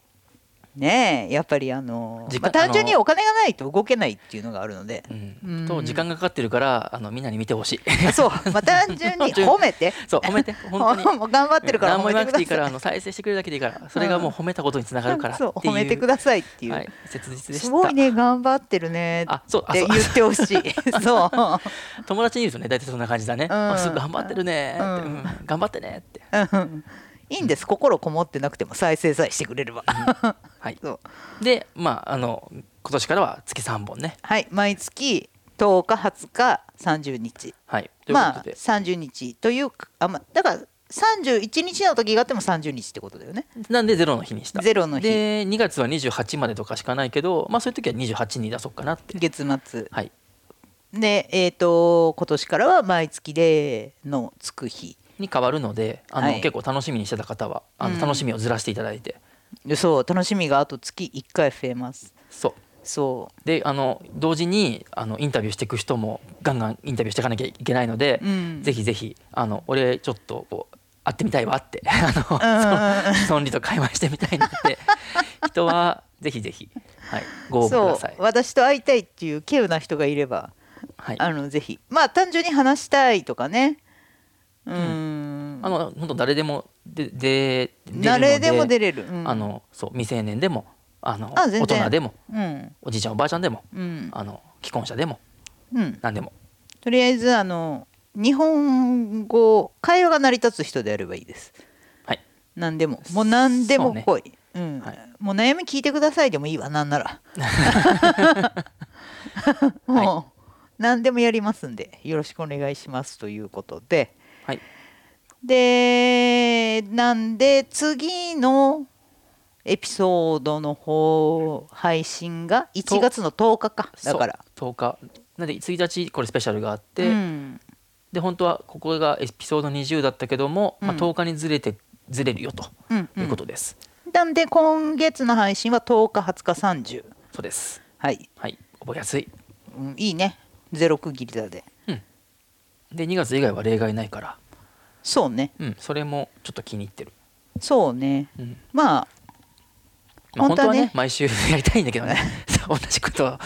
S2: ねえやっぱりあの
S1: 時、間
S2: まあ、単純に
S1: あの
S2: お金がないと動けないっていうのがあるの
S1: (laughs)
S2: で
S1: う
S2: うん
S1: ん、と時間がかかってるからあのみんなに見てほしい (laughs)
S2: そう、まあ、単純に褒めて
S1: そう褒
S2: (laughs)
S1: めて本当に
S2: もう頑張ってるから
S1: 何
S2: 褒
S1: も
S2: め
S1: 言わ
S2: て
S1: な
S2: く
S1: くて
S2: ださ
S1: い
S2: い
S1: いからあの再生してくれるだけでいいからそれがもう褒めたことにつながるからってい
S2: (laughs) そうう褒めてくださいっていう、
S1: はい切実でした
S2: すごいね頑張ってるねっ
S1: あそうあ
S2: て
S1: そう
S2: 言ってほしい
S1: (laughs)
S2: そう
S1: 友達に言うとね大体そんな感じだね、
S2: うん
S1: あすごい頑張ってるねーって、
S2: うん
S1: うん頑張ってねーって
S2: うんいいんです心こもってなくても再生さえしてくれれば
S1: はい
S2: そう
S1: でまああの今年からは月3本ね
S2: はい毎月10日20日30日
S1: はいというこ
S2: ま
S1: と
S2: あ
S1: で、
S2: 30日というかあ、まあ、だから31日の時があっても30日ってことだよね
S1: なんでゼロの日にした
S2: ゼロの日
S1: で2月は28までとかしかないけどまあそういう時は28に出そうかなって
S2: 月末
S1: はい
S2: でえっ、と今年からは毎月0のつく日
S1: に変わるのであの、
S2: はい
S1: 結構楽しみにしてた方はあの、
S2: うん
S1: 楽しみをずらしていただいて
S2: そう楽しみがあと月1回増えます
S1: そう
S2: そ
S1: であの同時にあのインタビューしていく人もガンガンインタビューしていかなきゃいけないので、
S2: うん
S1: ぜひぜひあの俺ちょっとこう会ってみたいわって
S2: (laughs)
S1: あの、
S2: うんうん
S1: その論理と会話してみたいなって
S2: (laughs)
S1: 人はぜひぜひ、はい、ご
S2: う
S1: 応募く
S2: そ
S1: だ
S2: う
S1: さい。
S2: 私と会いたいっていう稀有な人がいれば
S1: はい、
S2: あのぜひまあ単純に話したいとかねうーん
S1: あの本当誰でもでで出るの
S2: 誰でも出れる、うん
S1: あのそう未成年でもあの
S2: あ全
S1: 大
S2: 然
S1: 人でも
S2: うん
S1: おじいちゃんおばあちゃんでも
S2: うん
S1: あの既婚者でも
S2: うん
S1: 何でも
S2: とりあえずあの日本語会話が成り立つ人であればいいです
S1: はい
S2: 何でももう何でも来いう、ん
S1: はい
S2: もう悩み聞いてくださいでもいいわなんな
S1: (laughs)
S2: らもう、何でもやりますんでよろしくお願いしますということで
S1: はい
S2: でなんで次のエピソードの方配信が1月の10日かだから
S1: そう10日なんで1日これスペシャルがあって、
S2: うん
S1: で本当はここがエピソード20だったけども、ま
S2: う
S1: あ、
S2: ん
S1: 10日にずれてずれるよと
S2: うんう
S1: いうんことです、
S2: なんで今月の配信は10日20日30
S1: そうです
S2: はい、
S1: はい覚えやすい
S2: うん、いいねゼロ区切りだで
S1: で2月以外は例外ないから、
S2: そうね
S1: うん、それもちょっと気に入ってる、
S2: そうね
S1: うん
S2: まあ
S1: まあ、
S2: 本
S1: 本
S2: 当
S1: 当
S2: は
S1: は
S2: ね
S1: ね毎週やりたいんだけどねそう (laughs) 同じことを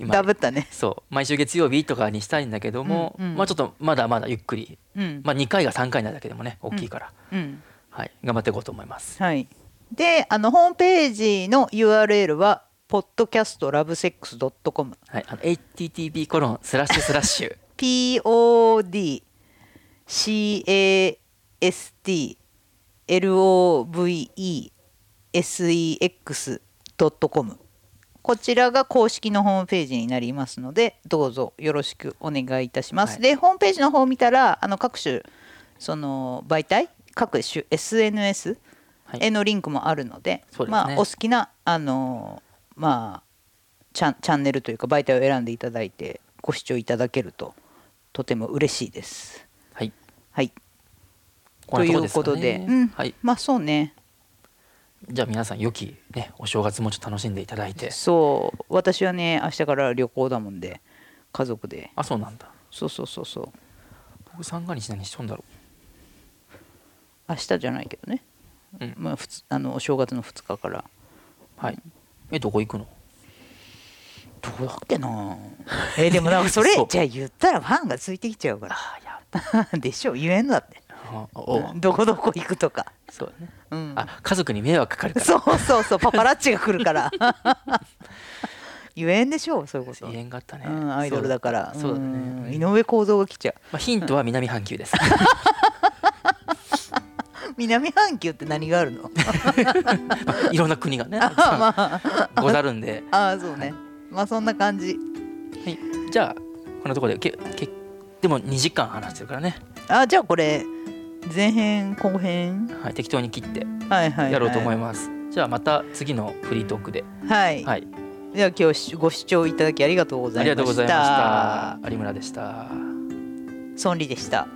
S1: 今
S2: ダブったね
S1: そう毎週月曜日とかにしたいんだけども、
S2: うんうん
S1: まあ、ちょっとまだまだゆっくり、
S2: うん、
S1: まあ、2回が3回なんだけどもね大きいから、
S2: うん
S1: はい、頑張っていこうと思います
S2: はいであのホームページの URL は podcastlabsex.com
S1: はい、あの http コロンスラッシュスラッシュ
S2: podcastlovesex.com こちらが公式のホームページになりますのでどうぞよろしくお願いいたします。
S1: はい
S2: でホームページの方を見たらあの各種その媒体各種 SNS
S1: はい
S2: へのリンクもあるので,、
S1: そうですね
S2: まあ、お好きなあのまあチャンチャンネルというか媒体を選んでいただいてご視聴いただけるととても嬉しいです。
S1: はい
S2: はい、
S1: ことんなと
S2: い
S1: こ
S2: う
S1: すか
S2: ことで、
S1: ね
S2: うん
S1: はい、
S2: まあそうね
S1: じゃあ皆さん良き、ね、お正月もちょっと楽しんでいただいて
S2: そう私はね明日から旅行だもんで家族で
S1: あそうなんだ
S2: そうそうそうそう
S1: 僕三が日何しとんだろ
S2: 明日じゃないけどね、
S1: うん
S2: まあ、ふつあのお正月の2日から
S1: うはいえどこ行くの
S2: どうだっけなえでもなんかそれ
S1: (laughs) そう
S2: じゃあ言ったらファンがついてきちゃうか
S1: あや
S2: ら (laughs) でしょ言えんのだって
S1: あおう
S2: うんどこどこ行くとか、
S1: そうだね
S2: うん、
S1: あ家族に迷惑かかるから
S2: そうそうそうパパラッチが来るから言えんでしょうそういうこと、
S1: 言えんかったね、
S2: うん、アイドルだから
S1: そうだ
S2: う
S1: ね
S2: ん
S1: うん
S2: 井上公造が来ちゃ
S1: まあ、ヒントは南半球です
S2: (laughs) う南半球って何があるの
S1: いろんな国がね
S2: まあ
S1: (laughs) ござるんで、
S2: ああそうねまあそんな感じ
S1: はい、じゃあこんなところでけけでも2時間話してるからね、
S2: あじゃあこれ前編後編
S1: はい、適当に切って
S2: はいはい、はい、
S1: やろうと思い
S2: ま
S1: ます、じゃあまた次のフリートークで、
S2: すはい、
S1: はい、
S2: では今日ご視聴いただきありがとうござ
S1: あ
S2: い
S1: り
S2: ま
S1: がと
S2: した
S1: うございました有村でした
S2: 孫里でした